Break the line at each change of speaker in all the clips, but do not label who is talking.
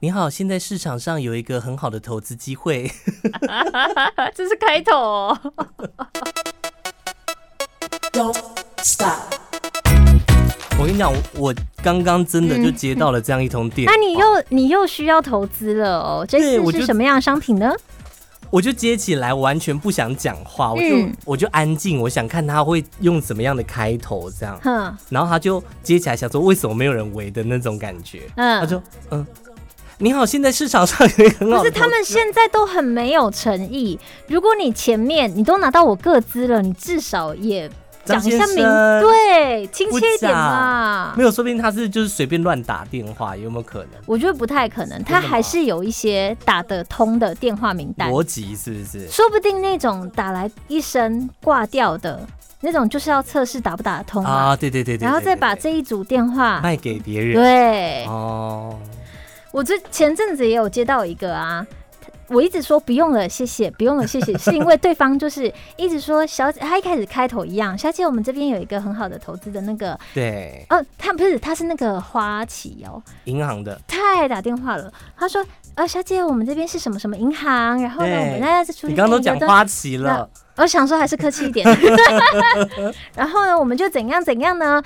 你好，现在市场上有一个很好的投资机会。
这是开头、哦。
Don't stop.
我跟你讲，我我刚刚真的就接到了这样一通电话，
嗯那你又你又需要投资了哦。这
对我
次
就是
什么样的商品呢？
我就接起来，完全不想讲话，我就、
嗯
我就安静，我想看他会用怎么样的开头这样。
哼，
然后他就接起来，想说为什么没有人围的那种感觉。他
嗯，
就嗯，你好，现在市场上有一个很好
不
的
是他们现在都很没有诚意。如果你前面你都拿到我个资了，你至少也
张
讲一下
先
名，
生
对，亲
不
切一点
讲
嘛
没。有，说不定他是就是随便乱打电话，有没有可能？
我觉得不太可能，
的
他
吗
还是有一些打得通的电话名单。
逻辑是不是？
说不定那种打来一声挂掉的那种，就是要测试打不打得通嘛，
啊，对对对对对，
哦然后再
对
把
对
这一组电话。
卖给别人。
对，
哦，
我这前阵子也有接到一个啊。我一直说不用了，谢谢，不用了，谢 谢，是因为对方就是一直说小姐，他一开始开头一样，小姐，我们这边有一个很好的投资的那个，
对，
哦，他不是，他是那个花旗哦，
银行的，
他还打电话了，他说，呃，小姐，我们这边是什么什么银行，然后呢，
对
我们大家在处理
你刚刚都
这
讲
个东
花旗了，
我想说还是客气 一点。然后呢，我们就怎样怎样呢？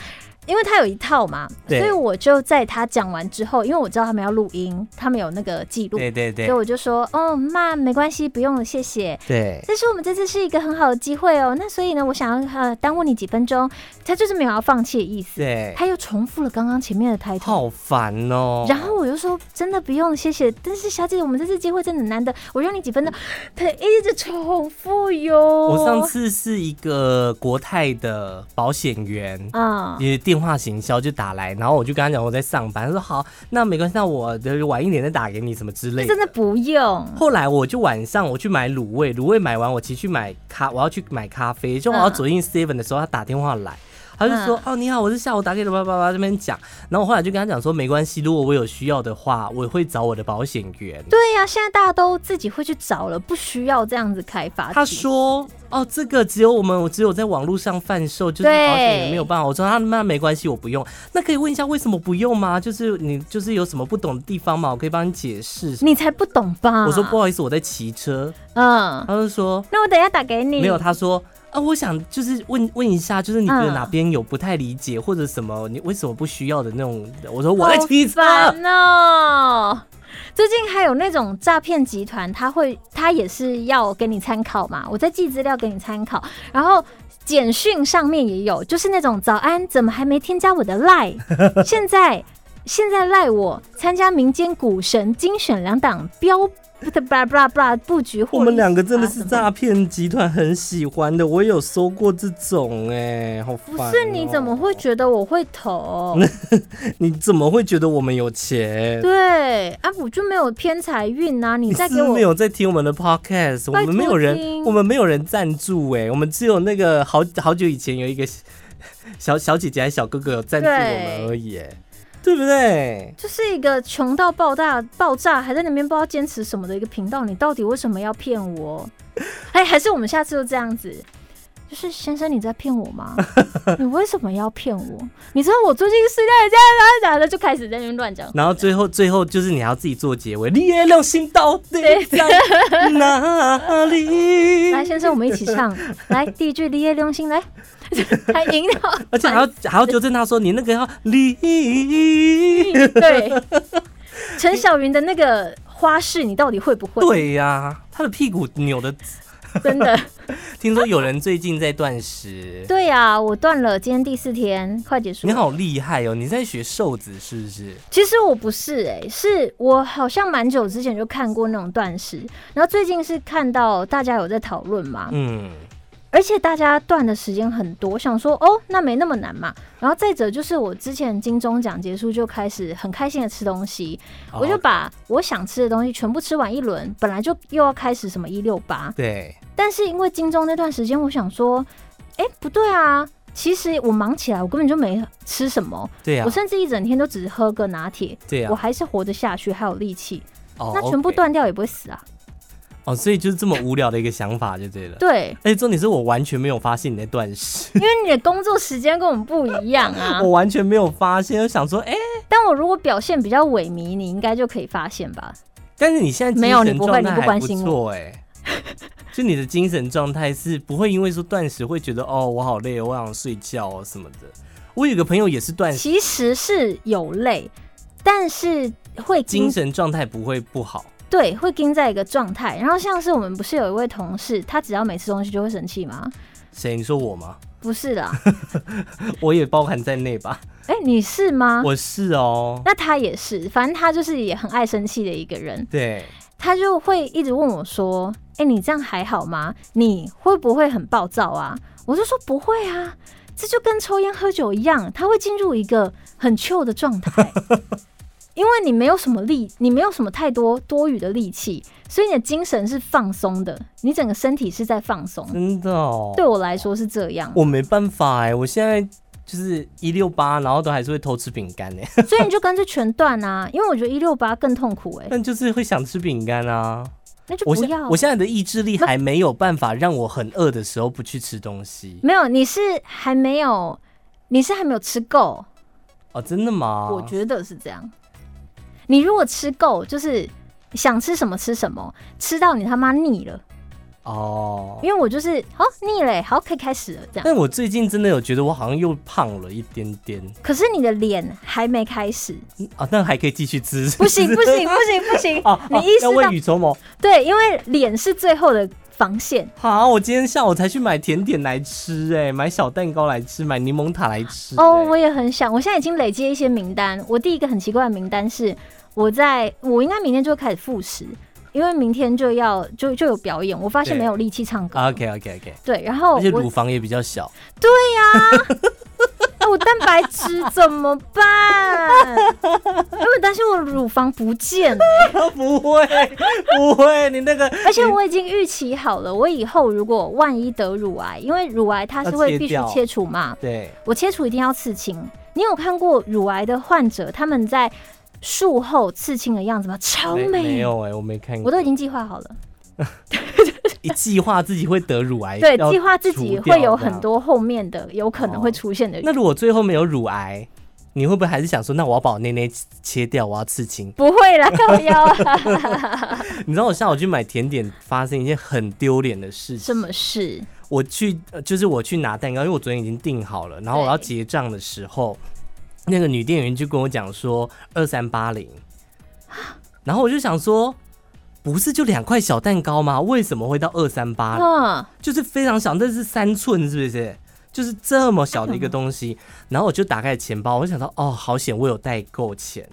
因为他有一套嘛，所
对
以我就在他讲完之后，因为我知道他们要录音，他们有那个记录，
对对
所
对
以我就说，哦，那没关系，不用了，谢谢。
对，
但是我们这次是一个很好的机会哦，那所以呢，我想要呃耽误你几分钟，他就是没有要放弃的意思，
对，
他又重复了刚刚前面的抬头。
好烦哦。
然后我就说真的不用，谢谢。但是小姐，我们这次机会真的很难得，我让你几 分钟，他一直重复哟。
我上次是一个国泰的保险员。
啊、
也电话行销就打来，然后我就跟他讲我在上班，他说好，那没关系，那我的晚一点再打给你什么之类
真的不用。
后来我就晚上我去买卤味，卤味买完我骑去买咖，我要去买咖啡，就我要走进 Seven 的时候，他打电话来。他就说：“哦，你好，我是下午打给你爸爸爸这边讲。”然后我后来就跟他讲说：“没关系，如果我有需要的话，我会找我的保险员。
对呀、现在大家都自己会去找了，不需要这样子开发”。
他，说：“哦，这个只有我们，我只有在网络上贩售，就是保险员没有办法。”我说：“啊，那没关系，我不用。那可以问一下为什么不用吗？就是你就是有什么不懂的地方吗？我可以帮你解释。
你才不懂吧？
我说：“不，好意思，我在骑车。”
嗯，
他就说：“
那我等一下打给你。
没有，他说啊，我想就是问问一下，就是你觉得
嗯
哪边有不太理解、或者什么，你为什么不需要的那种？我说我
好
在骑车，
烦哦。最近还有那种诈骗集团，他会他也是要给你参考嘛，我在寄资料给你参考，然后。简讯上面也有，就是那种早安，怎么还没添加我的 line？现在现在赖我参加民间股神精选两档标，不不不不布局获利
我们两个真的
啊
是
什么
诈骗集团很喜欢的，我有收过这种哎、好
不
烦、
是你怎么会？觉得我会投？
你怎么会觉得我们有钱？
对，啊，我就没有偏财运呐、你
你
再
是
给
不是
我
没有在听我们的 podcast，
拜
我们没有
托
人
听，
我们没有人赞助哎、我们只有那个好好久以前有一个小小姐姐还是小哥哥有赞助我
对
们而已、哎对不对？
就是一个穷到爆炸爆炸，还在那边不知道坚持什么的一个频道，你到底为什么要骗我？ 哎，还是我们下次就这样子。就是先生，你在骗我吗？ 你为什么要骗我？你知道我最近是在这样这样这样的，就开始在那边乱讲。
然后最后最后就是你还要自己做结尾，月亮星到底在哪里？
来，先生，我们一起唱。来，第一句“离夜流星”，来， 还赢了。
而且还要还要纠正他说你那个要离。
对，陈小云的那个花式，你到底会不会？
对呀、他的屁股扭的，
真的。
听说有人最近在断食。
对啊，我断了，今天第四天，快结束
你
了。
好厉害哦！你在学瘦子是不是？
其实我不是哎、是我好像蛮久之前就看过那种断食，然后最近是看到大家有在讨论嘛，
嗯，
而且大家断的时间很多，我想说哦，那没那么难嘛。然后再者就是我之前金钟奖结束就开始很开心的吃东西，我就
哦
把我想吃的东西全部吃完一轮，本来就又要开始什么一六八，
对
但是因为金钟那段时间，我想说，哎、不对啊，其实我忙起来，我根本就没吃什么，
对啊呀、
我甚至一整天都只喝个拿铁，
对呀、
我还是活得下去，还有力气，
哦
那全部
OK
断掉也不会死啊。
哦，所以就是这么无聊的一个想法就 对了。
对，
而且重点是我完全没有发现你在断食。
因为你的工作时间跟我们不一样 啊
我。完全没有发现，就想说，哎、
但我如果表现比较萎靡，你应该就可以发现吧？
但是你现在精
没有你
神
不会
状
你
态
不
还
关心
错哎、 就你的精神状态是不会因为说断食会觉得哦我好累哦，我想睡觉哦什么的。我有个朋友也是断食，
其实是有累，但是会
精
盯
神状态不会不好。
对会盯在一个状态。然后像是我们不是有一位同事，他只要没吃东西就会生气吗？
谁？你说我吗？
不是啦，
我也包含在内吧？
哎、你是吗？
我是哦，
那他也是，反正他就是也很爱生气的一个人。
对，
他就会一直问我说：“哎、你这样还好吗？你会不会很暴躁啊？”我就说：“不会啊，这就跟抽烟喝酒一样，他会进入一个很 chill 的 状态，因为你没有什么力，你没有什么太多多余的力气，所以你的精神是放松的，你整个身体是在放松。
真的哦。
对我来说是这样，
我没办法哎、我现在就是一六八，然后都还是会偷吃饼干哎，
所以你就干脆全断啊，因为我觉得一六八更痛苦哎、
但就是会想吃饼干啊。
那就
我
不
现
要
我。现在的意志力还没有办法让我很饿的时候不去吃东西
没有，你是还没有，你是还没有吃够。”
哦，真的吗？
我觉得是这样。你如果吃够，就是想吃什么吃什么，吃到你他妈腻了。
哦，
因为我就是好腻了欸，好可以开始了这 样。
但我最近真的有觉得我好像又胖了一点点
可是你的脸还没 开始，
啊，但还可以继续吃。
不行不行不行不行
啊，，
你
啊
意
要
识
未
到
雨绸缪。
对，因为脸是最后的防线。
好，我今天下午才去买甜点来吃、哎，买小蛋糕来吃，买柠檬塔来吃、
哦，
哎
我也很想，我现在已经累积了一些名单。我第一个很奇怪的名单是，我在我应该明天就会开始复食，因为明天就要就就有表演，我发现
对
没有力气唱歌。
OK OK OK，
对，然后
而且
哦我
乳房也比较小，
哎我蛋白质怎么办？ 因为我担心我乳房不见了，
不会不会，你那个
而且我已经预期好了，我以后如果万一得乳癌，因为乳癌它是
要切
会必须
掉
切除嘛，
对
我切除一定要刺青。你有看过乳癌的患者他们在术后刺青的样子吗？超
没没
美，
有哎、我没看过，
我都已经计划好了。
一计划自己会得乳癌，
对，
要
计划自己
除掉
会有
这样
很。多后面的有可能会
哦
出现的人。
那如果最后没有乳癌，你会不会还是想说，那我要把我内内切掉，我要刺青？
不会啦，靠腰啊，
你知道我下午去买甜点，发生一件很丢脸的事
什
情。
么事？
我去，呃就是我去拿蛋糕，因为我昨天已经订好了，然后我要
对
结账的时候，那个女店员就跟我讲说二三八零，
啊
然后我就想说，不是就两块小蛋糕吗？为什么会到二三八零？
嗯，
就是非常小，那是三寸是不是？就是这么小的一个东西。然后我就打开钱包，我就想到哦，好险，我有带够钱。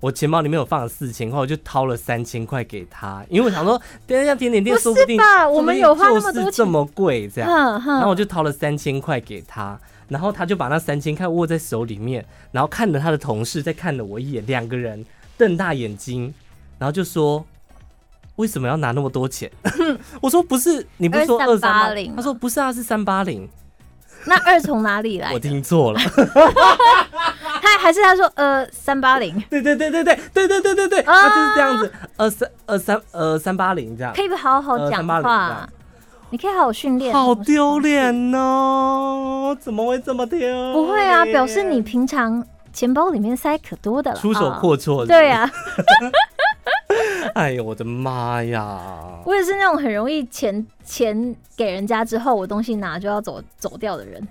我钱包里面有放了四千块，我就掏了三千块给他，因为我想说，等一下甜点店
不
说不定
是吧？我
说不
们
定
有花那么
就
多
是
钱
这么贵这样。
哼哼
然后我就掏了三千块给他，然后他就把那三千块握在手里面，然后看着他的同事，再看了我一眼，两个人瞪大眼睛，然后就说：“为什么要拿那么多钱？”我说：“不是，你不是说二三八
2380吗
他说：“不是啊，是三八零。
那二从哪里”来
我？听错了。
他还是他说呃三八零
对对对对对对对对对对，他
啊
就是这样子，二三二三呃三八零这样
可，以不好好讲
呃380这
话
样？
你可以好好训练。
好丢脸哦！怎么会这么丢脸？
不会啊，表示你平常钱包里面塞可多的了。
出手
啊
阔绰。
对呀、
哎呦，我的妈呀！
我也是那种很容易钱钱给人家之后，我东西拿就要走走掉的人。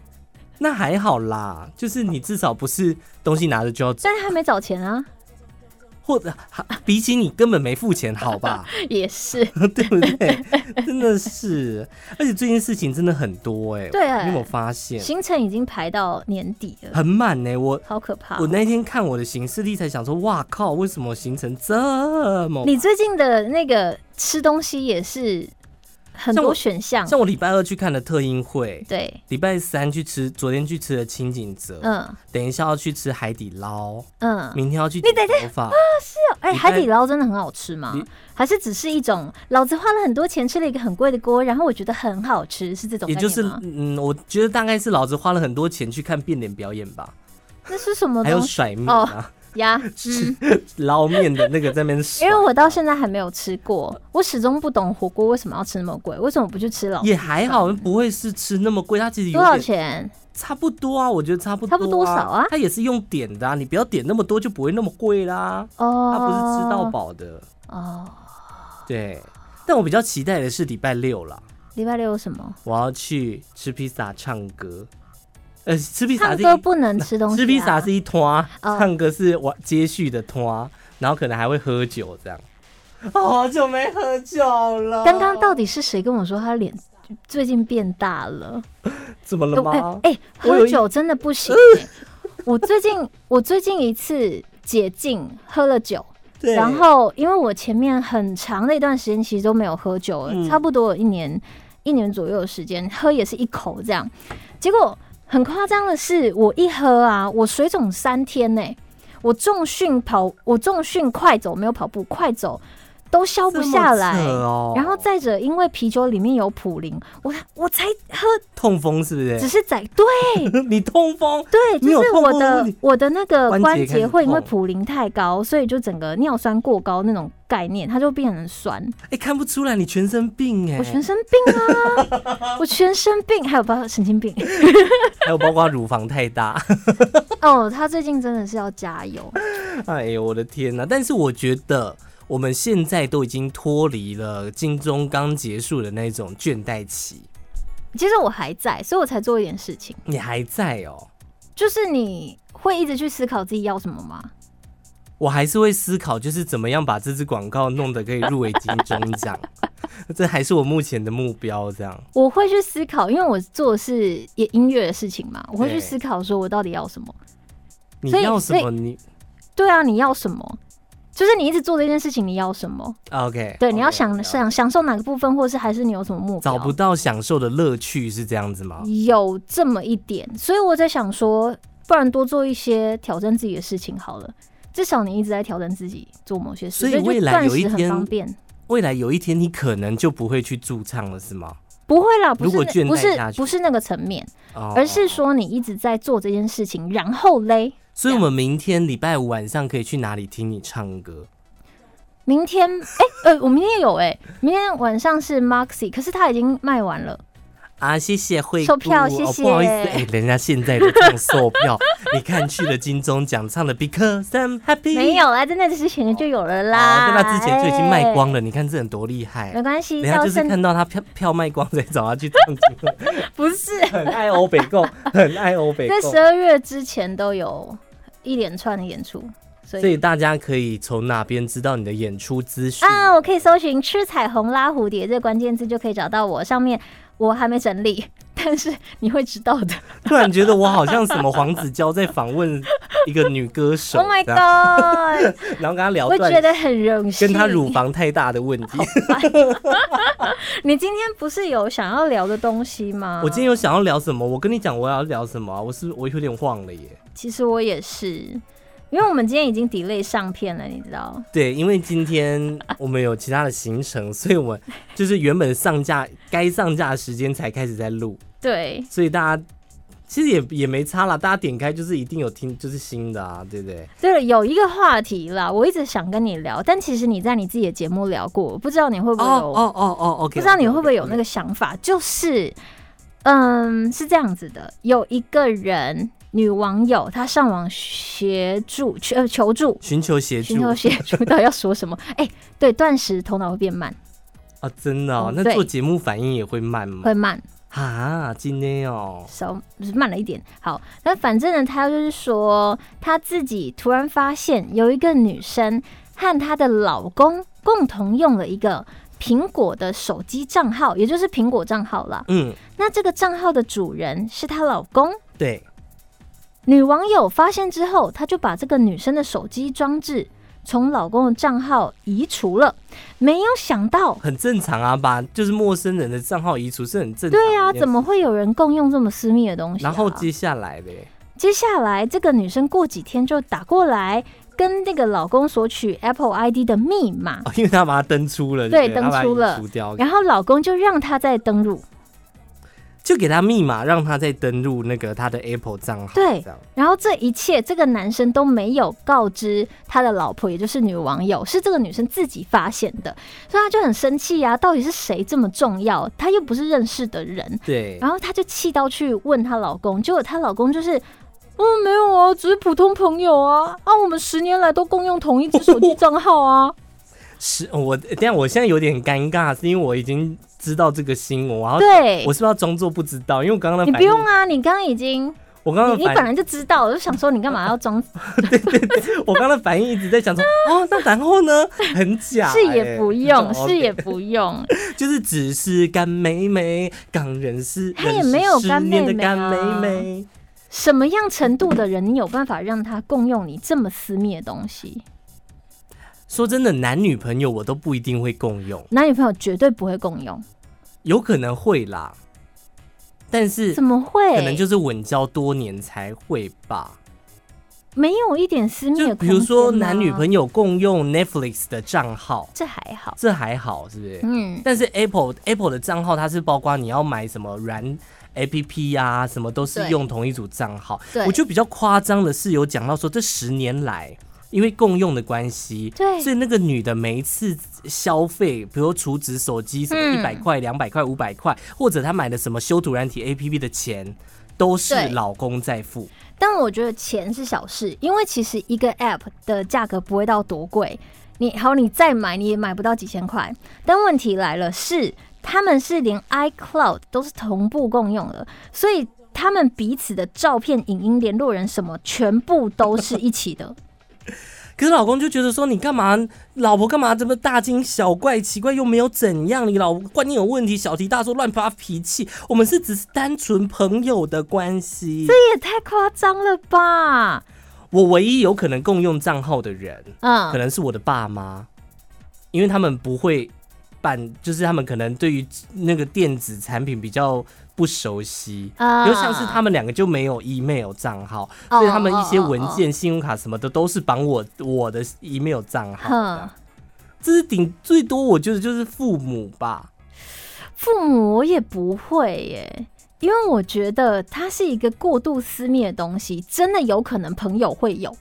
那还好啦，就是你至少不是东西拿着就要走，
但是他没找 钱啊，
或者哈比起你根本没付钱好吧，
也是。
对不对？真的是，而且最近事情真的很多哎、
对
你有没有发现
行程已经排到年底了，
很满呢、我
好可怕
我。那天看我的行事历才想说，哇靠，为什么行程这么
你
满？
最近的那个吃东西也是很
像
多
我
选项，
像我礼拜二去看了特映会，
对，
礼拜三去吃，昨天去吃了清景泽，
嗯
等一下要去吃海底捞，
嗯。
明天要去
你等一
剪头发。
哎、
你
海
在
底捞真的很好吃吗
你？
还是只是一种老子花了很多钱吃了一个很贵的锅，然后我觉得很好吃，是这种概
也就
念
是
吗？
嗯，我觉得大概是老子花了很多钱去看变脸表演吧，
那是什么
还有
东西？
甩面啊，
呀，哦嗯，
捞面的那个在那边甩
因为我到现在还没有吃过，我始终不懂火锅为什么要吃那么贵，为什么不去吃老
也还好，不会是吃那么贵，它其实有
多少
点
钱？
差不多啊，我觉得差不多、啊，
差不多少啊
它也是用点的啊，你不要点那么多就不会那么贵啦。
哦，
它不是吃到饱的，
哦。
对。但我比较期待的是礼拜六啦，
礼拜六有什么？
我要去吃披萨、唱歌。呃，吃披萨
唱
是
歌
一
不能吃东西、啊，
吃披萨是一拖，
哦
唱歌是我接续的拖，然后可能还会喝酒这样。哦好久没喝酒了，
刚刚到底是谁跟我说他脸最近变大了？
怎么了
哎、
吗？
哎
我有
喝
一
酒真的 不行、哎我最近我最近一次解禁喝了酒，
对，
哎然后因为我前面很长的一段时间其实都没有喝酒了，
嗯
差不多有一年一年左右的时间，喝也是一口这样。结果很夸张的是，我一喝啊，我水肿三天呢、欸我重训跑，我重训快走没有跑步，快走都消不下来。
这么扯哦
然后再者，因为啤酒里面有普林，我我才喝，
痛风是不是
只？是在对
你痛风
对，
你有
就是
痛
我
风
的
问题
我的那个
关节
关
开始
节会因为
痛
普林太高，所以就整个尿酸过高那种概念，它就变成酸。
哎、看不出来你全身病哎、
我全身病 啊，我全身病，还有包括神经病。
还有包括乳房太大。
哦，他最近真的是要加油。
哎呦，我的天呐！但是我觉得我们现在都已经脱离了金钟刚结束的那种倦怠期，
其实我还在，所以我才做一点事情，
你还在哦。
就是你会一直去思考自己要什么吗？
我还是会思考，就是怎么样把这支广告弄得可以入围金钟 奖，这还是我目前的目标。这样，
我会去思考，因为我做的是也音乐的事情嘛，我会去
对
思考说我到底要什么。
你
所以
要什
所
么你？
对啊，你要什么？就是你一直做这件事情，你要什么？
啊 OK，
对，你要
OK，
想
了解
想享受哪个部分，或是还是你有什么目标？
找不到享受的乐趣是这样子吗？
有这么一点，所以我在想说，不然多做一些挑战自己的事情好了。至少你一直在挑战自己做某些
所
事，
以
就
未来
断
有一
食很
天
方便。
未来有一天你可能就不会去驻唱了，是吗？
不会啦，不
如
是
果倦
那
怠
不是
下去
不是那个层面，
哦
而是说你一直在做这件事情，然后嘞，
所以我们明天礼拜五晚上可以去哪里听你唱歌？
明天哎、 呃，我明天有哎、明天晚上是 Maxi，可是他已经卖完了。
啊，谢谢惠顾，
售票谢
哦、
谢
不好意思，哎、人家现在都唱售票， 你看去了金钟奖唱的 Because I'm Happy，
没有啊啦，在那之前就有了啦。
哦，在那之前就已经卖光
了，
了，你看这人多厉害
没。关系，
人家
到
就是
圣
看到他票票卖光，才找他去唱金钟，
不是
很爱欧北共，很爱欧北
在
共
十，二月之前都有一连串的演出，所
所以
以
大家可以从哪边知道你的演出资讯？
啊，我可以搜寻“吃彩虹拉蝴蝶”这个关键字就可以找到我。上面我还没整理， 但是你会知道的。
突然觉得我好像什么黄子佼在访问一个女歌手
Oh my
这样
god！
然后跟他聊
我
段
觉得很荣幸。
跟他乳房太大的问 题。
你今天不是有想要聊的东西吗？
我今天有想要聊什么？我跟你讲，我要聊什么啊、我是我有点忘了耶。
其实我也是，因为我们今天已经 delay 上片了，你知道。
对，因为今天我们有其他的行程，所以我们就是原本上架该上架的时间才开始在录，
对，
所以大家其实也也没差啦，大家点开就是一定有听，就是新的啊，对不对？
对了，有一个话题啦，我一直想跟你聊，但其实你在你自己的节目聊过，我不知道你会不
哦
会有
哦哦哦，OK，
不知道你会不会有那个想法，就是，嗯，是这样子的，有一个人女网友她上网协助去呃求助。
寻求协助
寻求协助到底要 说什么？哎、对，断食头脑会变慢，
啊，真的、哦
嗯，
那
对
做节目反应也会慢吗？
会慢，
啊，今天哦，
稍就是慢了一点。好，那反正呢，她就是说她自己突然发现有一个女生和她的老公共同用了一个苹果的手机账号，也就是苹果账号啦。
嗯，
那这个账号的主人是她老公，
对，
女网友发现之后，她就把这个女生的手机装置从老公的账号移除了。没有想到，
很正常啊，把就是陌生人的账号移除是很正常的一件事。
对啊，怎么会有人共用这么私密的东西啊、
然后接下来嘞，
接下来，这个女生过几天就打过来，跟那个老公索取 Apple ID 的密码，
哦，因为他把它登出了，
对
不
登出了
他把它移除掉。
然后老公就让她再登录。
就给他密码，让他再登录那个他的 Apple 账号，
对
这样
然后这一切，这个男生都没有告知他的老婆，也就是女网友，是这个女生自己发现的，所以他就很生气呀、到底是谁这么重要？他又不是认识的人，
对，
然后她就气到去问她老公，结果她老公就是。哦，没有啊，只是普通朋友 啊啊！我们十年来都共用同一只手机账号啊。
是哦我，等一下我现在有点尴尬，是因为我已经知道这个新闻，我要
对
我，是不是要装作不知道？因为我刚刚的
你
反
不用
应，
啊，你刚刚已经，
我刚
你
刚
你
的
本
反应，
来就知道，我就想说你干嘛要装，
我刚刚的反应一直在想说，哦，那然后呢？很假、
是
欸
也不用，
哦
是也不用，
就是只是干妹妹，刚认识，
她也没有干妹妹啊
认识十年的干妹妹，
什么样程度的人，你有办法让他共用你这么私密的东西？
说真的，男女朋友我都不一定会共用，
男女朋友绝对不会共用，
有可能会啦，但是
怎么会？
可能就是稳交多年才会吧。
没有一点私密的
就
空
比如说
间啊
男女朋友共用 Netflix 的账号，
这还好，
这还好，是不是？
嗯，
但是 Apple Apple 的账号它是包括你要买什么软 APP 啊，什么都是
对
用同一组账号。
对
我觉得比较夸张的是有讲到说，这十年来因为共用的关系，
对
所以那个女的每一次消费，比如说储值手机什么
嗯
一百块、两百块、五百块，或者她买的什么修图软体 APP 的钱，都是
对
老公在付。
但我觉得钱是小事，因为其实一个 App 的价格不会到多贵，你好，你再买你也买不到几千块。但问题来了，是他们是连 iCloud 都是同步共用的，所以他们彼此的照片、影音、联络人什么，全部都是一起的。
可是老公就觉得说，你干嘛，老婆干嘛这么大惊小怪，奇怪又没有怎样，你老婆观念有问题，小题大做，乱发脾气。我们是只是单纯朋友的关系。
这也太夸张了吧？
我唯一有可能共用账号的人，可
嗯，
能是我的爸妈，因为他们不会办，就是他们可能对于那个电子产品比较不熟悉。
啊哦
比如像是他们两个就没有 email 账号，所以他们一些文件、信用卡什么的都是绑我我的 email 账
嗯
号这样
哼。，
这是顶最多，我觉得就是父母吧。
父母我也不会耶，因为我觉得它是一个过度私密的东西，真的有可能朋友会有。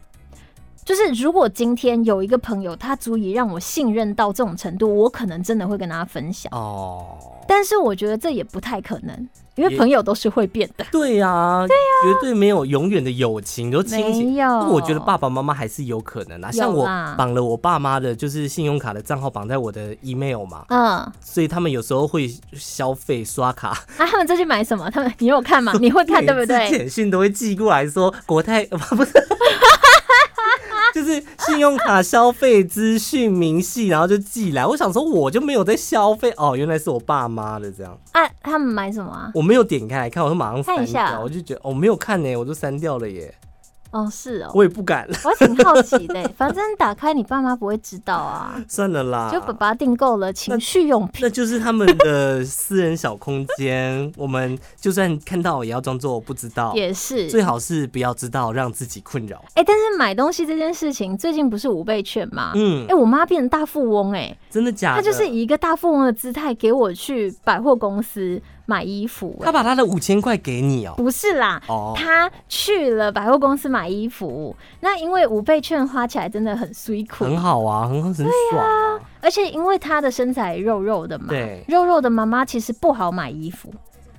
就是如果今天有一个朋友，他足以让我信任到这种程度，我可能真的会跟他分享。
哦，
但是我觉得这也不太可能，因
也
为朋友都是会变的。
对呀、对呀、绝对没有永远的友情，有亲情。
没有
那我觉得爸爸妈妈还是有可能啊，
有
像我
啦
绑了我爸妈的，就是信用卡的账号绑在我的 email 嘛，
嗯，
所以他们有时候会消费刷卡，
啊，他们最近买什么？他们你有 看 吗？你会看对不
每次
对？
简讯都会寄过来说国泰， 呃不是。就是信用卡消费资讯明细，然后就寄来。我想说，我就没有在消费哦，原来是我爸妈的这样。
啊，他们买什么啊？
我没有点开来看，我就马上
看
删
一下
掉。我就觉得我、哦、没有看呢、我就删掉了耶，
哦，是哦，
我也不敢，
我还挺好奇的。欸反正打开你爸妈不会知道啊。
算了啦。
就爸爸订购了情趣用品，
那就是他们的私人小空间， 我们就算看到也要装作不知道，
也是。
最好是不要知道，让自己困扰。
哎、但是买东西这件事情，最近不是五倍券吗？
嗯
哎、，我妈变成大富翁哎、
真的假
她
的？
就是以一个大富翁的姿态给我去百货公司买衣服、
他
哎，
把他的五千块给你哦、
不是啦，
哦，
她去了百货公司买衣服。那因为五倍券花起来真的很虽苦，
很好啊，很很爽啊、
而且因为她的身材肉肉的嘛，
对
肉肉的妈妈其实不好买衣服，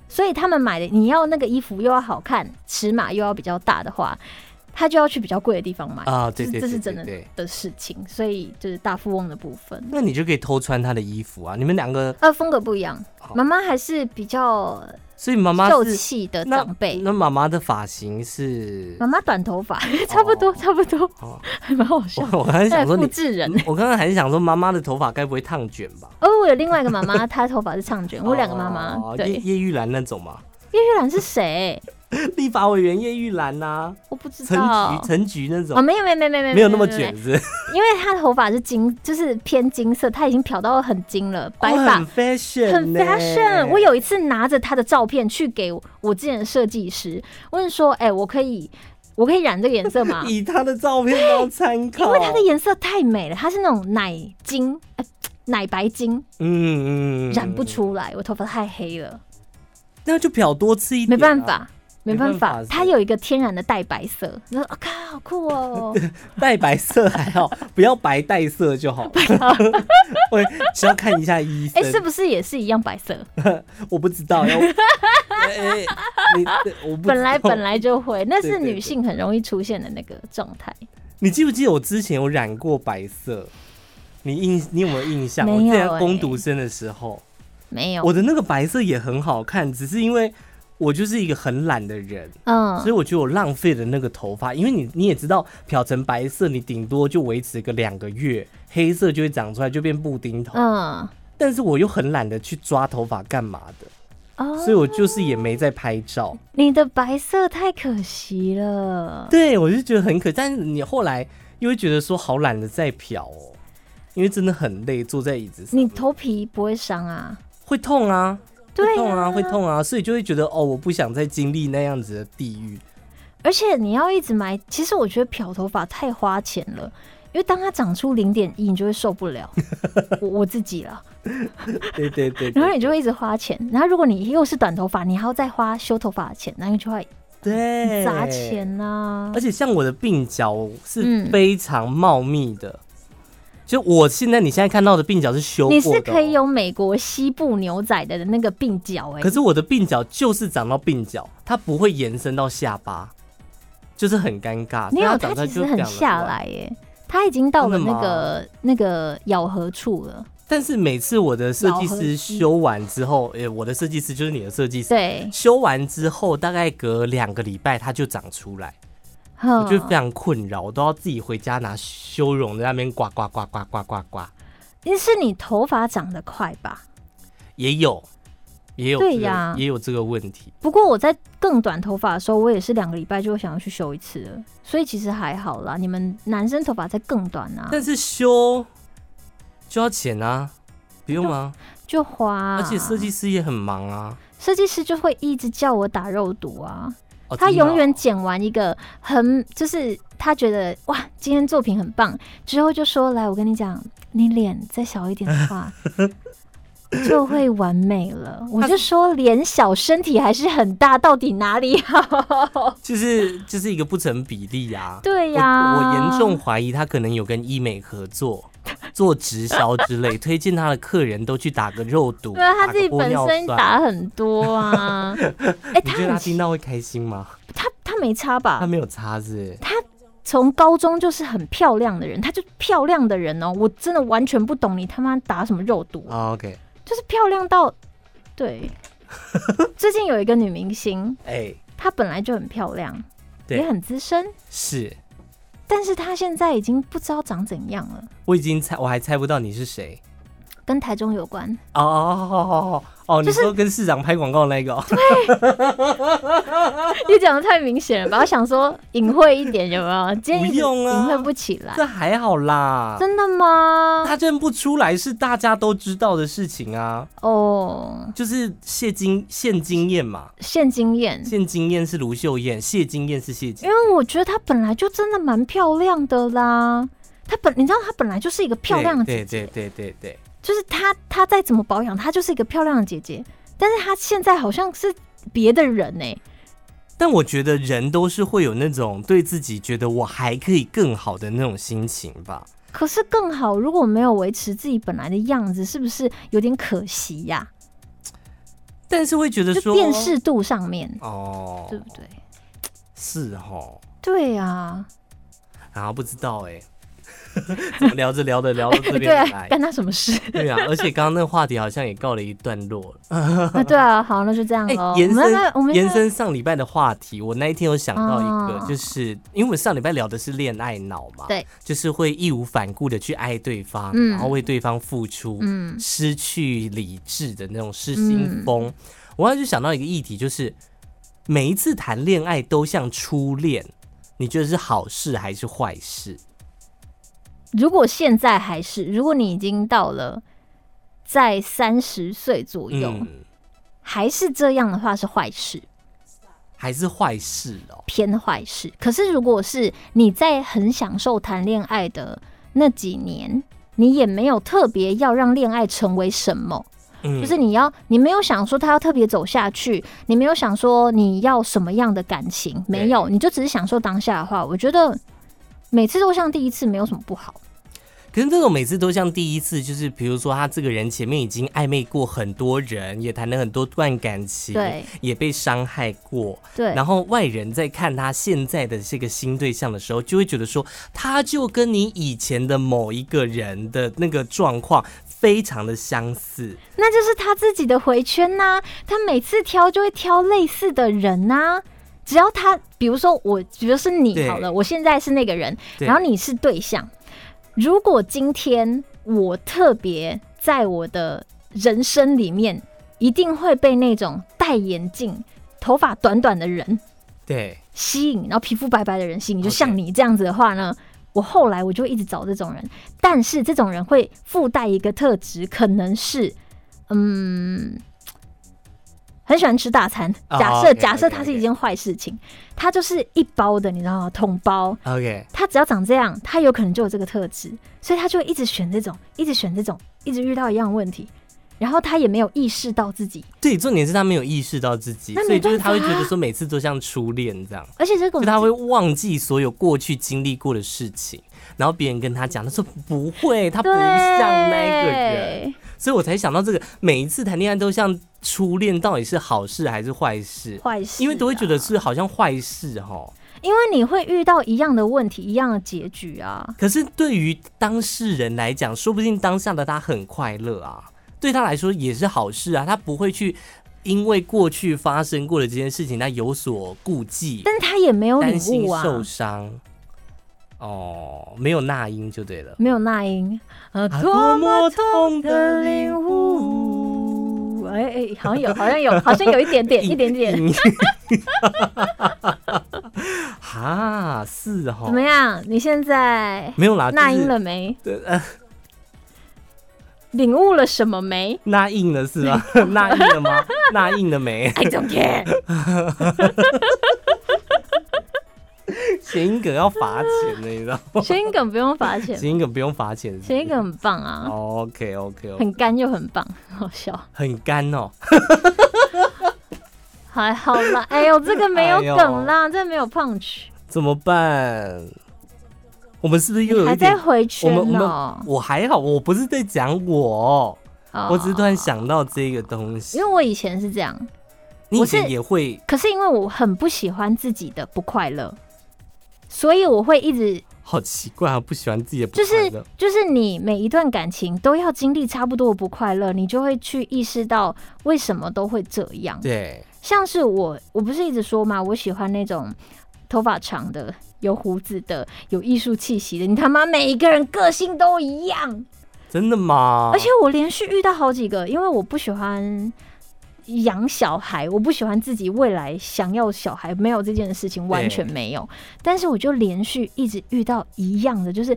所以他们买的你要那个衣服又要好看，尺码又要比较大的话，她就要去比较贵的地方买
啊
就是
对对
这是
对
真
对
的
对
的事情，所以就是大富翁的部分。
那你就可以偷穿他的衣服啊。你们两个，
呃，风格不一样
好，
妈妈还是比较
所哦以妈妈
秀
是
气的
那
长辈，
那妈妈的发型是
妈妈短头发， 差不多，差不多，
哦，
还蛮好笑
我。我刚才想说
复
你
制人，
我刚刚还是想说，妈妈的头发该不会烫卷吧？
哦，我有另外一个妈妈，她头发是长卷，我两个妈妈，
哦
对，
叶
叶
叶玉兰那种嘛，
玉兰是谁？
立法委员叶玉兰呐、
我不知
陈
道
菊。陈菊那
哦，
种，
没有没有没有没有
没有那么，
没
卷子，
因为她头发是金，就是偏金色，她已经漂到很金了，白发
哦很 fashion，
很
呢
fashion。我有一次拿着他的照片去给我之前的设计师，问说：“哎、我可以，我可以染这个颜色吗？”
以他的照片当参考，
因为它的颜色太美了，它是那种奶金、呃、奶白金，
嗯嗯嗯
染不出来，我头发太黑了。
那就漂多吃一点、啊
没办，法。没
没
办
办
法
法，
它有一个天然的带白色，你说啊，看好酷 哦，
带白色还好， 不要白带色就 好。我需要看一下医
哎、
生，
是不是也是一样白色？
我不知道要。 哎哎你我不
本来
知道
本来就会，那是
对对
女性很容易出现的那个状态。
你记不记得我之前有染过白色？你印你有没有印象？
没
我之前
有欸
攻读生的时候，
没有，
我的那个白色也很好看，只是因为我就是一个很懒的人，所以
嗯，
我觉得我浪费了那个头发。因为你你也知道，漂成白色你顶多就维持个两个月，黑色就会长出来，就变布丁头。
嗯，
但是我又很懒得去抓头发干嘛的，所以
哦，
我就是也没在拍照。
你的白色太可惜了。
对我就觉得很可，但是你后来又会觉得说好懒得再漂哦，因为真的很累，坐在椅子上
你头皮不会伤啊？
会痛啊，
对
会痛
啊
啊，会痛啊，所以就会觉得哦，我不想再经历那样子的地狱。
而且你要一直买，其实我觉得漂头发太花钱了，因为当它长出零点一，你就会受 不了。我我自己了，
对对对
然后
对
你就会一直花钱，然后如果你又是短头发，你还要再花修头发的钱，那你就会
对，
砸。钱啊呐、
而且像我的鬓角是
嗯
非常茂密的，就我现在你现在看到的鬓角是修过
你
的、哦
是可以。有美国西部牛仔的那个鬓角哎、
可是我的鬓角就是长到鬓角，它不会延伸到下巴，就是很尴尬。啊所
你
以
有
长
它
出来
其
就
实
这
很
样了
下来耶、它已经到了
真的
那
吗
个那个咬合处了。
但是每次我的设计
老和
师
稀
修完之后，诶、我的设计师就是你的设计师，
对，
修完之后大概隔两个礼拜它就长出来，我
我
就非常困扰，我都要自己回家拿修容在那边刮刮刮刮刮刮刮，
是你头发长得快吧？
也有，也有、这个，
对呀
也有这个问题。
不过我在更短头发的时候，我也是两个礼拜就想要去修一次了，所以其实还好啦。你们男生头发再更短啊，
但是修就要钱啊，不用啊，
就花啊、
而且设计师也很忙啊。
设计师就会一直叫我打肉毒啊，
哦
他
真的哦
永远剪完一个很，就是他觉得哇，今天作品很棒，之后就说来，我跟你讲，你脸再小一点的 话。就会完美了。我就说脸小，身体还是很大，到底哪里 好？
就是就是一个不成比例啊。
对
我
呀、
我严重怀疑他可能有跟医美合 作，做直销之类，推荐他的客人都去打个肉毒，
对啊，他
打
自
个
己
玻
本
尿
身
酸
打很 多啊。哎、
你
他
觉得他
很
听到会开心吗？
他他没差
他
吧？
没有擦是
从高中就是很漂亮的人，他就漂亮的人哦，我真的完全不懂你他妈打什么肉毒
不是、，哦、？OK，
就是漂亮到对。 最近有一个女明星，
哎、
她本来就很漂亮，
对
也很资深，
是
但是她现在已经不知道长怎样了，
我已经猜，我还猜不到你是谁。
跟台中有关。
哦哦哦哦哦哦，你
就是
说跟市长拍广告那个哦？
你讲的太明显了吧？我想说隐晦一点，有没 有？今天一直
不用啊
隐晦不起来，
这还好啦，
真的吗？
他认不出来是大家都知道的事情啊，
哦。
就是谢金现金燕嘛，
现经验，
现金燕是卢秀燕，谢金燕是谢金
因。为我觉得她本来就真的蛮漂亮的啦。她本你知道她本来就是一个漂亮的姐
对
姐，
对对对对对，
就是她她再怎么保养，她就是一个漂亮的姐姐。但是她现在好像是别的人欸呢、
但我觉得人都是会有那种对自己觉得我还可以更好的那种心情吧。
可是更好，如果没有维持自己本来的样子，是不是有点可惜呀、
但是会觉得
就
说，
辨识度上面，
哦
对，不对？
是哦，
对啊，
然后不知道哎、 怎么聊着聊着聊 到这
对
边
啊，
来？
干他什么事
对啊，而且刚刚那个话题好像也告了一段落了。
啊？对啊，好，那就这样
哎、
喽。
延
我们要
伸
不要我们要
延
不要
伸上礼拜的话题，我那一天有想到一个
哦，
就是、因为我们上礼拜聊的是恋爱脑嘛，
对，
就是会义无反顾的去爱对方，
嗯
然后为对方付出，
嗯
失去理智的那种失心疯。我刚才就想到一个议题，就是每一次谈恋爱都像初恋，你觉得是好事还是坏事？
如果现在还是，如果你已经到了在三十岁左右、
嗯，
还是这样的话，是坏事，
还是坏事哦。
偏坏事。可是如果是你在很享受谈恋爱的那几年，你也没有特别要让恋爱成为什么，
嗯
就是你要你没有想说他要特别走下去，你没有想说你要什么样的感情，没有，你就只是享受当下的话，我觉得每次都像第一次，没有什么不好。
可是这种每次都像第一次，就是比如说他这个人前面已经暧昧过很多人，也谈了很多段感情，
对，
也被伤害过。
对，
然后外人在看他现在的这个新对象的时候，就会觉得说，他就跟你以前的某一个人的那个状况非常的相似。
那就是他自己的回圈呐、他每次挑就会挑类似的人呐、只要他，比如说我，比如是你
对
好了，我现在是那个人，
对
然后你是对象。如果今天我特别在我的人生里面，一定会被那种戴眼镜、头发短短的人
对，
吸引，然后皮肤白白的人吸引，就
OK
像你这样子的话呢我后来我就一直找这种人，但是这种人会附带一个特质，可能是嗯，很喜欢吃大餐。
哦
假设、
OK，OK，OK
假设他是一件坏事情，他就是一包的，你知道吗？桶包，
OK，
他只要长这样，他有可能就有这个特质，所以他就会一直选这种，一直选这种，一直遇到一样的问题，然后他也没有意识到自己，
对，重点是他没有意识到自己，
那没
所以就是他会觉
办法
得
啊
说每次都像初恋这样。
而且这个
就他会忘记所有过去经历过的事情，然后别人跟他讲，他说不会，他不
对
像那个人，所以我才想到这个，每一次谈恋爱都像初恋，到底是好事还是坏事？
坏事、啊
因为都会觉得。是好像坏事哈，
因为你会遇到一样的问题，一样的结局啊。
可是对于当事人来讲，说不定当下的他很快乐啊，对他来说也是好事啊，他不会去因为过去发生过的这件事情，他有所顾忌，
但是他也没有
担
领
心
悟啊，
受伤。哦，没有那英就对了。
没有那英，呃，
啊
多么
痛
的领悟。哎哎，好像有，好 像有，好像有一点点，一点点，
嗯。 哈，是哦
怎，么样？你现在
没有啦，
那
啊就是
英了没？
对呃，
领悟了什么没
那硬了是吧？那硬了吗？那硬了没？
？I don't care。
谐音梗要罚钱的，你知道吗？
谐音梗不用罚钱，
谐音梗不用罚钱，
谐音梗。很棒啊，
OK OK OK，
很干又很棒，好笑。
很干哦。
还好啦，哎呦，这个没有
哎呦
梗啦，这没有 punch，
怎么办？我们是不是又有
还
一点
在？回
我
圈
们我们
哦。
我还好，我不是在讲我，
哦
我只是突然想到这个东
因
西
为。我以前是这样，
你以
我是
前也会
可是因为我很不喜欢自己的不快乐，所以我会一直
好奇怪啊，不喜欢自己的不
就是
快乐
就是你每一段感情都要经历差不多的不快乐，你就会去意识到为什么都会这样。
对，
像是我，我不是一直说嘛，我喜欢那种头发长的、有胡子的、有艺术气息的。你他妈每一个人个性都一样，
真的吗？
而且我连续遇到好几个，因为我不喜欢养小孩，我不喜欢自己未来想要小孩，没有这件事情完全没有。但是我就连续一直遇到一样的，就是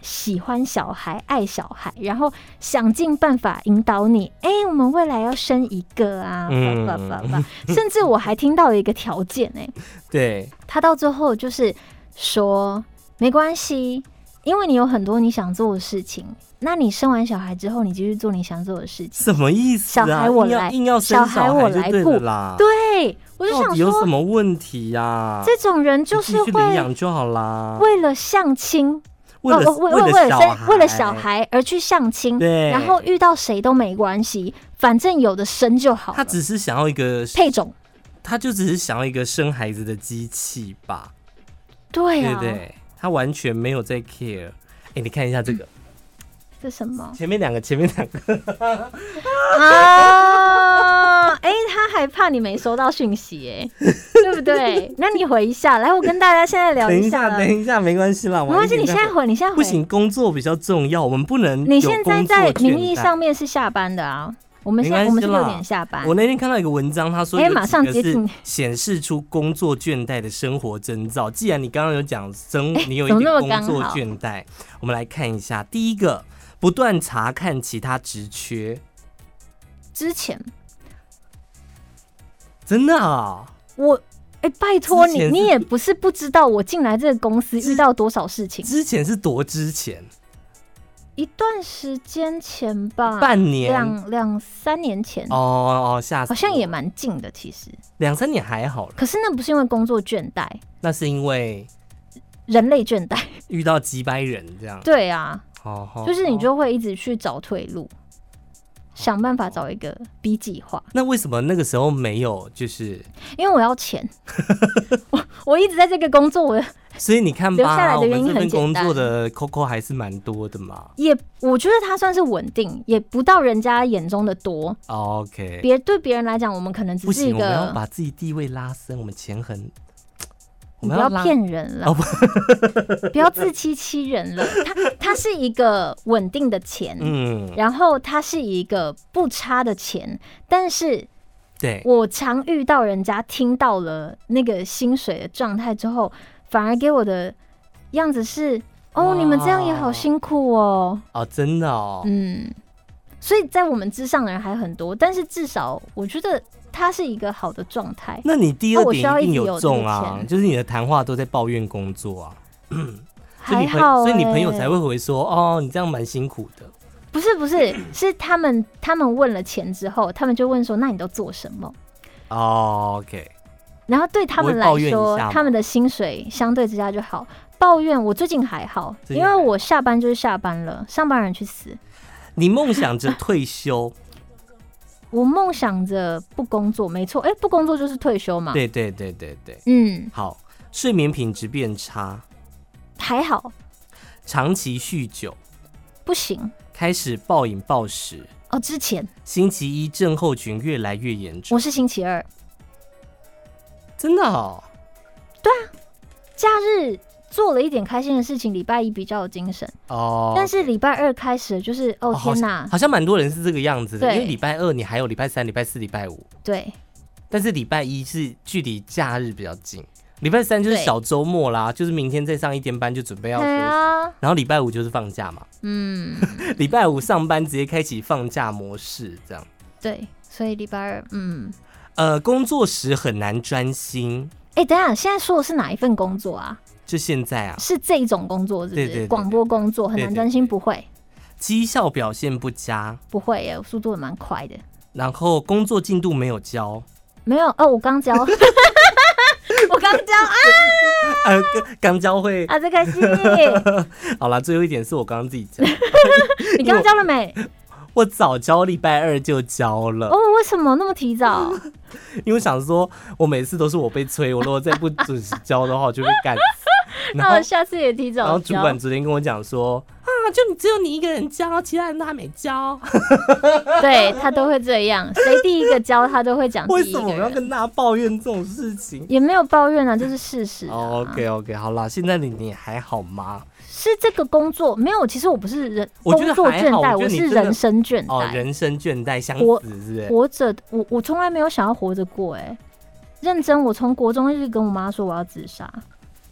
喜欢小孩、爱小孩，然后想尽办法引导你，哎、我们未来要生一个啊，
嗯
叭叭叭叭。甚至我还听到了一个条件、哎，
对，
他到最后就是说没关系，因为你有很多你想做的事情，那你生完小孩之后，你继续做你想做的事情。
什么意思、啊？
小孩我
硬要
来
硬要生
小孩我
就
来
对
顾
了啦。
对，我就
啊到
想
底有什
说，
么问题呀、
这种人就是
你自己去领
会
养就好啦。
为了相亲，
为了
哦为为
了
了
小孩，
生为了小，孩而去相亲，
对
然后遇到谁都没关系，反正有的生就好
他
了。
只是想要一个，
配种，
他就只是想要一个生孩子的机器吧，
对
对
啊，
不对？他完全没有在 care。哎、你看一下这个，
嗯这什么
前面两个，前面两个，
啊？哎、他还怕你没收到讯 息、哎，对不对？那你回一下，来，我跟大家现在聊
等一
下
下，
了。
等一下，没关系啦，
没关系，
晚一
你
点
现
再
在回，你现在回，
不行，工作比较重要，我们不能
你
有
现在
工作
在
倦
名义
怠
上面是下班的啊，我们现
没
在
关
我们
系
是
啦
六点下班
我。那天看到一个文章，他说
哎
有几
马上
个
接
是
近
显示出工作倦怠的生活征兆。既然你刚刚有讲生，
哎
你有一
怎么
点
那么
工
刚
作
好
倦怠，我们来看一下。第一个，不断查看其他职缺，
之前
真的啊？
我哎、拜托
之前
你，
是
你也不是不知道我进来这个公司
之
遇到多少事情，
之前是多之前，
一段时间前吧，
半年
两两三年前，
哦哦，吓死我！
好像也蛮近的其实。
两三年还好了，
可是那不是因为工作倦怠，
那是因为
人类倦怠。
遇到几百人这样。
对啊，
哦，哦
就是你
哦
就会一直去找退路，想办法找一个 B 计划，
那为什么那个时候没有？就是
因为我要 钱。我我一直在这个工作，我
所以你看
留下来
吧，
的
我
原
们
因
这份
很简
工
单
作的 COCO 还是蛮多的嘛。
也我觉得它算是稳定，也不到人家眼中的多。
OK，
别对别人来讲，我们可能只
不
是一
行，我们要
个，
把自己地位拉升，我们钱很，我
你
们
不要
拉。
骗人了
哦，
不要自欺欺人了。它它是一个稳定的钱，
嗯，
然后它是一个不差的钱，但是
对，
我常遇到人家听到了那个薪水的状态之后，反而给我的样子是：哦，
哇
你们这样也好辛苦哦。
哦，真的哦，
嗯，所以在我们之上的人还很多，但是至少我觉得它是一个好的状态。
那你第
那
二
我需要
点一定
一直有
有
这
中
个
啊，
钱
就是你的谈话都在抱怨工作啊，所以
还
你朋
好、
所
欸，
以你朋友才会回说，哦，你这样蛮辛苦的。
不是不是是他们他们问了钱之后，他们就问说：那你都做什么？
哦，OK，
然后对他们来
我会抱
说
怨一下吗，
他们的薪水相对之下就好。抱怨我最近还好，
最近
因
还好
为我下班就是下班了，上班人去死。
你梦想着退 休，
我梦想着不工作，没错，哎、不工作就是退休嘛。，
对对对对对，
嗯，
好，睡眠品质变差，
还好，
长期酗酒，
不行
开始暴饮暴食，
哦。之前
星期一症候群越来越严重
我，是星期二，
真的哦，
假日做了一点开心的事情，礼拜一比较有精神，
哦，
但是礼拜二开始就是哦
哦好
天
像
哪，
好像蛮多人是这个样子的，
对
因为礼拜二你还有礼拜三、礼拜四、礼拜五，
对
但是礼拜一是距离假日比较近，礼拜三就是
对
小周末啦，就是明天再上一天班就准备要休
对
息，
啊，
然后礼拜五就是放假嘛，
嗯，
礼拜五上班直接开启放假模式，这样，
对，所以礼拜二，嗯，
呃，工作时很难专心，
哎、等一下，现在说的是哪一份工作啊？
就现在啊，
是这一种工作，是不
对对对
是？广播工作很
对
难
对
专心，
对
不会，
绩效表现不佳，
不会耶，我速度也蛮快的。
然后工作进度没有交，
没有哦，我刚教， 我刚教啊，
呃，刚刚交会，
啊，这个是
好啦，最后一点是我刚刚自己讲，
你刚教了 没？
我早交礼拜二就交了。
哦，为什么那么提 早？
因为我想说，我每次都是我被催，我如果再不准时交的话，我就被干 死。然
那我
后，
下次也提
然
早
后主
教
管。昨天跟我讲说，啊，就你只有你一个人交，其他人都还没 交，
对他都会这样，谁第一个教他都会讲
为
第一
什么
个
我要
人，
跟大家抱怨这种事情？
也没有抱怨啊，这是事实啊、
哦 OK OK，好啦，现在你你还好吗？
是这个工作没有，其实我不是人
我觉
工
得
作
还
倦
好
怠，
我觉得
我
你
是
真的
人生倦
哦，
怠。
人生倦怠相
我
死是不是？
活着，我我从来没有想要活着过、哎，认真，我从国中一直跟我妈说我要自杀，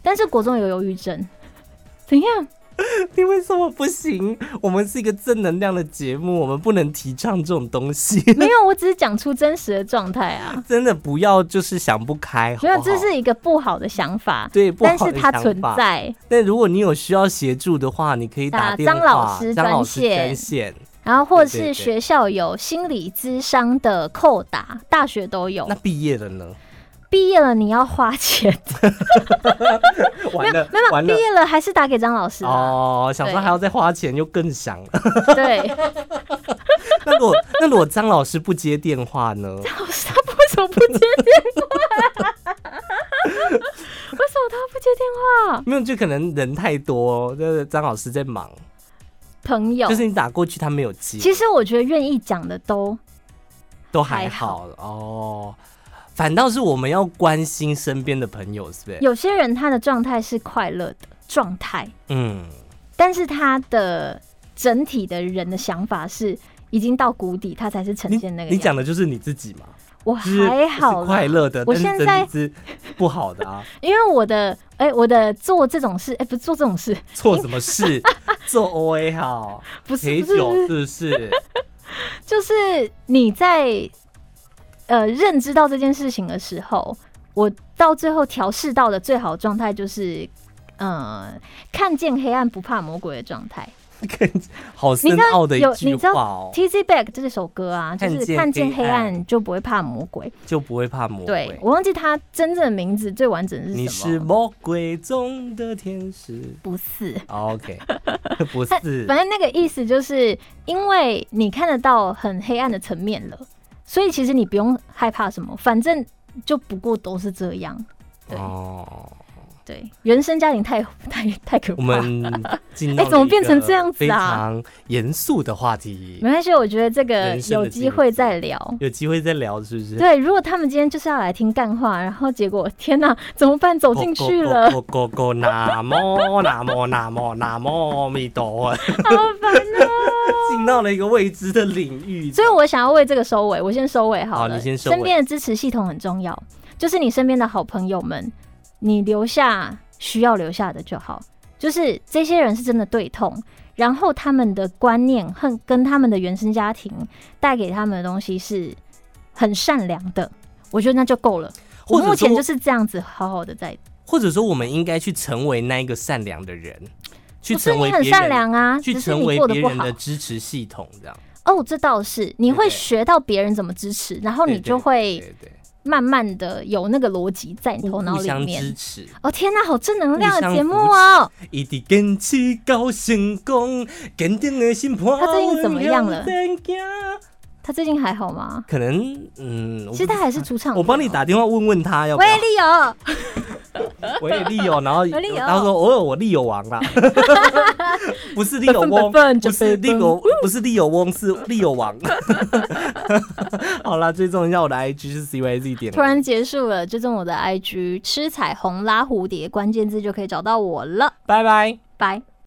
但是国中有忧郁症， 怎样？
你为什么不行？我们是一个正能量的节目，我们不能提倡这种东西。
没有，我只是讲出真实的状态啊。
真的不要就是想不开， 好
没有，
不
这
好
是一个不好的想法，
对不好
但
的
是它
想
存
法
在。
但如果你有需要协助的话，你可以打
打
电话
张老师
张老师
专线
专线。
然后或者
对对对
是学校有心理咨商的扣打，大学都有
那。毕业了呢？
毕业了你要花钱，
完了
没，有
完
毕
了。
业了还是打给张老师啊？
哦，想说
对
还要再花钱，就更想 了。
对，
那如果那如果张老师不接电话呢？
老师哦他为什么不接电 话？为什么他不接电话？
没有，就可能人太多，就是张老师在忙，
朋友，
就是你打过去他没有接，
其实我觉得愿意讲的都
都还
还好
好哦。反倒是我们要关心身边的朋友，是不是？
有些人他的状态是快乐的状态，
嗯，
但是他的整体的人的想法是已经到谷底，他才是呈
你
现那个
你
样
讲的就是你自己嘛，
子。我
就是
还好
是
啦
快乐的，
我
但是
现
整
在
体是不好的啊。
因为我的哎、我的做这种事哎、不是做这种事，
做什么事？ 做 O A 好，
不是
陪
不是不
酒是
是，
不是？
就是你在呃认知到这件事情的时候，我到最后调试到的最好状态就是。呃，看见黑暗不怕魔鬼的状态，
好深奥的一句
你知道
话哦，
T Z Back 这首歌啊，就
看
是
见
看见
黑
黑
暗
暗就不会怕魔鬼。
就不会怕魔
对
鬼。
我忘记他真正的名字最完整是什么。
你是魔鬼中的天使。
不是？
哦 OK，不
他
是
反正那个意思就是，因为你看得到很黑暗的层面了，所以其实你不用害怕什么，反正就不过都是这样。对
哦。
对，原生家庭太 太太可
我
怕。
们进到
哎怎么
了一
变成
个
这样子
非
啊
常严肃的话题
没，关系，我觉得这个
人生的
有机会再聊。
有机会再聊是不是？
对，如果他们今天就是要来听干话，然后结果天哪， 怎么办？走
咕咕咕咕咕咕，
进去了，
咕咕咕，南无南无南无南无阿弥陀佛，
好烦哦。
啊 进到了一个未知的领域。
所以我想要为这个收尾，我先收尾好了。
好你先收尾
身边的支持系统很重要，就是你身边的好朋友们，你留下需要留下的就好。就是这些人是真的对痛，然后他们的观念和跟他们的原生家庭带给他们的东西是很善良的，我觉得那就够了。
或
我
者
目前
说
就是这样子，好好的在。
或者说，我们应该去成为那一个善良的人，去
不是
成为
你很
别人
善良啊，
去
只是
成
你
为
过得
别
不
人
好
的。支持系统，这样。
哦，这倒是，你
对
会学到别人怎么支持，然后
对
你就会
对对
慢慢的有那个逻辑在你
对，
头
互
脑
互
里
相支
面。
持，
哦天呐，好正能量
互相
的节
扶
目哦！
一直坚持到成功，坚定的心盘。
他最近怎么样了
温柔前行
他最近还好吗？
可能，嗯，我
其实
不
他还是主唱。
我帮你。打电话问问他要不
喂
要，
利友，
我也利友，然后
喂利友
他说偶尔我利友王啦， 不是利友翁
本分本，分
不是
本
利
分
友，不是利友翁，是利友王。 好啦，追踪一下我的 IG 是 CYZ 点，
突然结束了，追踪我的 IG 吃彩虹拉蝴蝶，关键字就可以找到我了。
拜拜。
拜。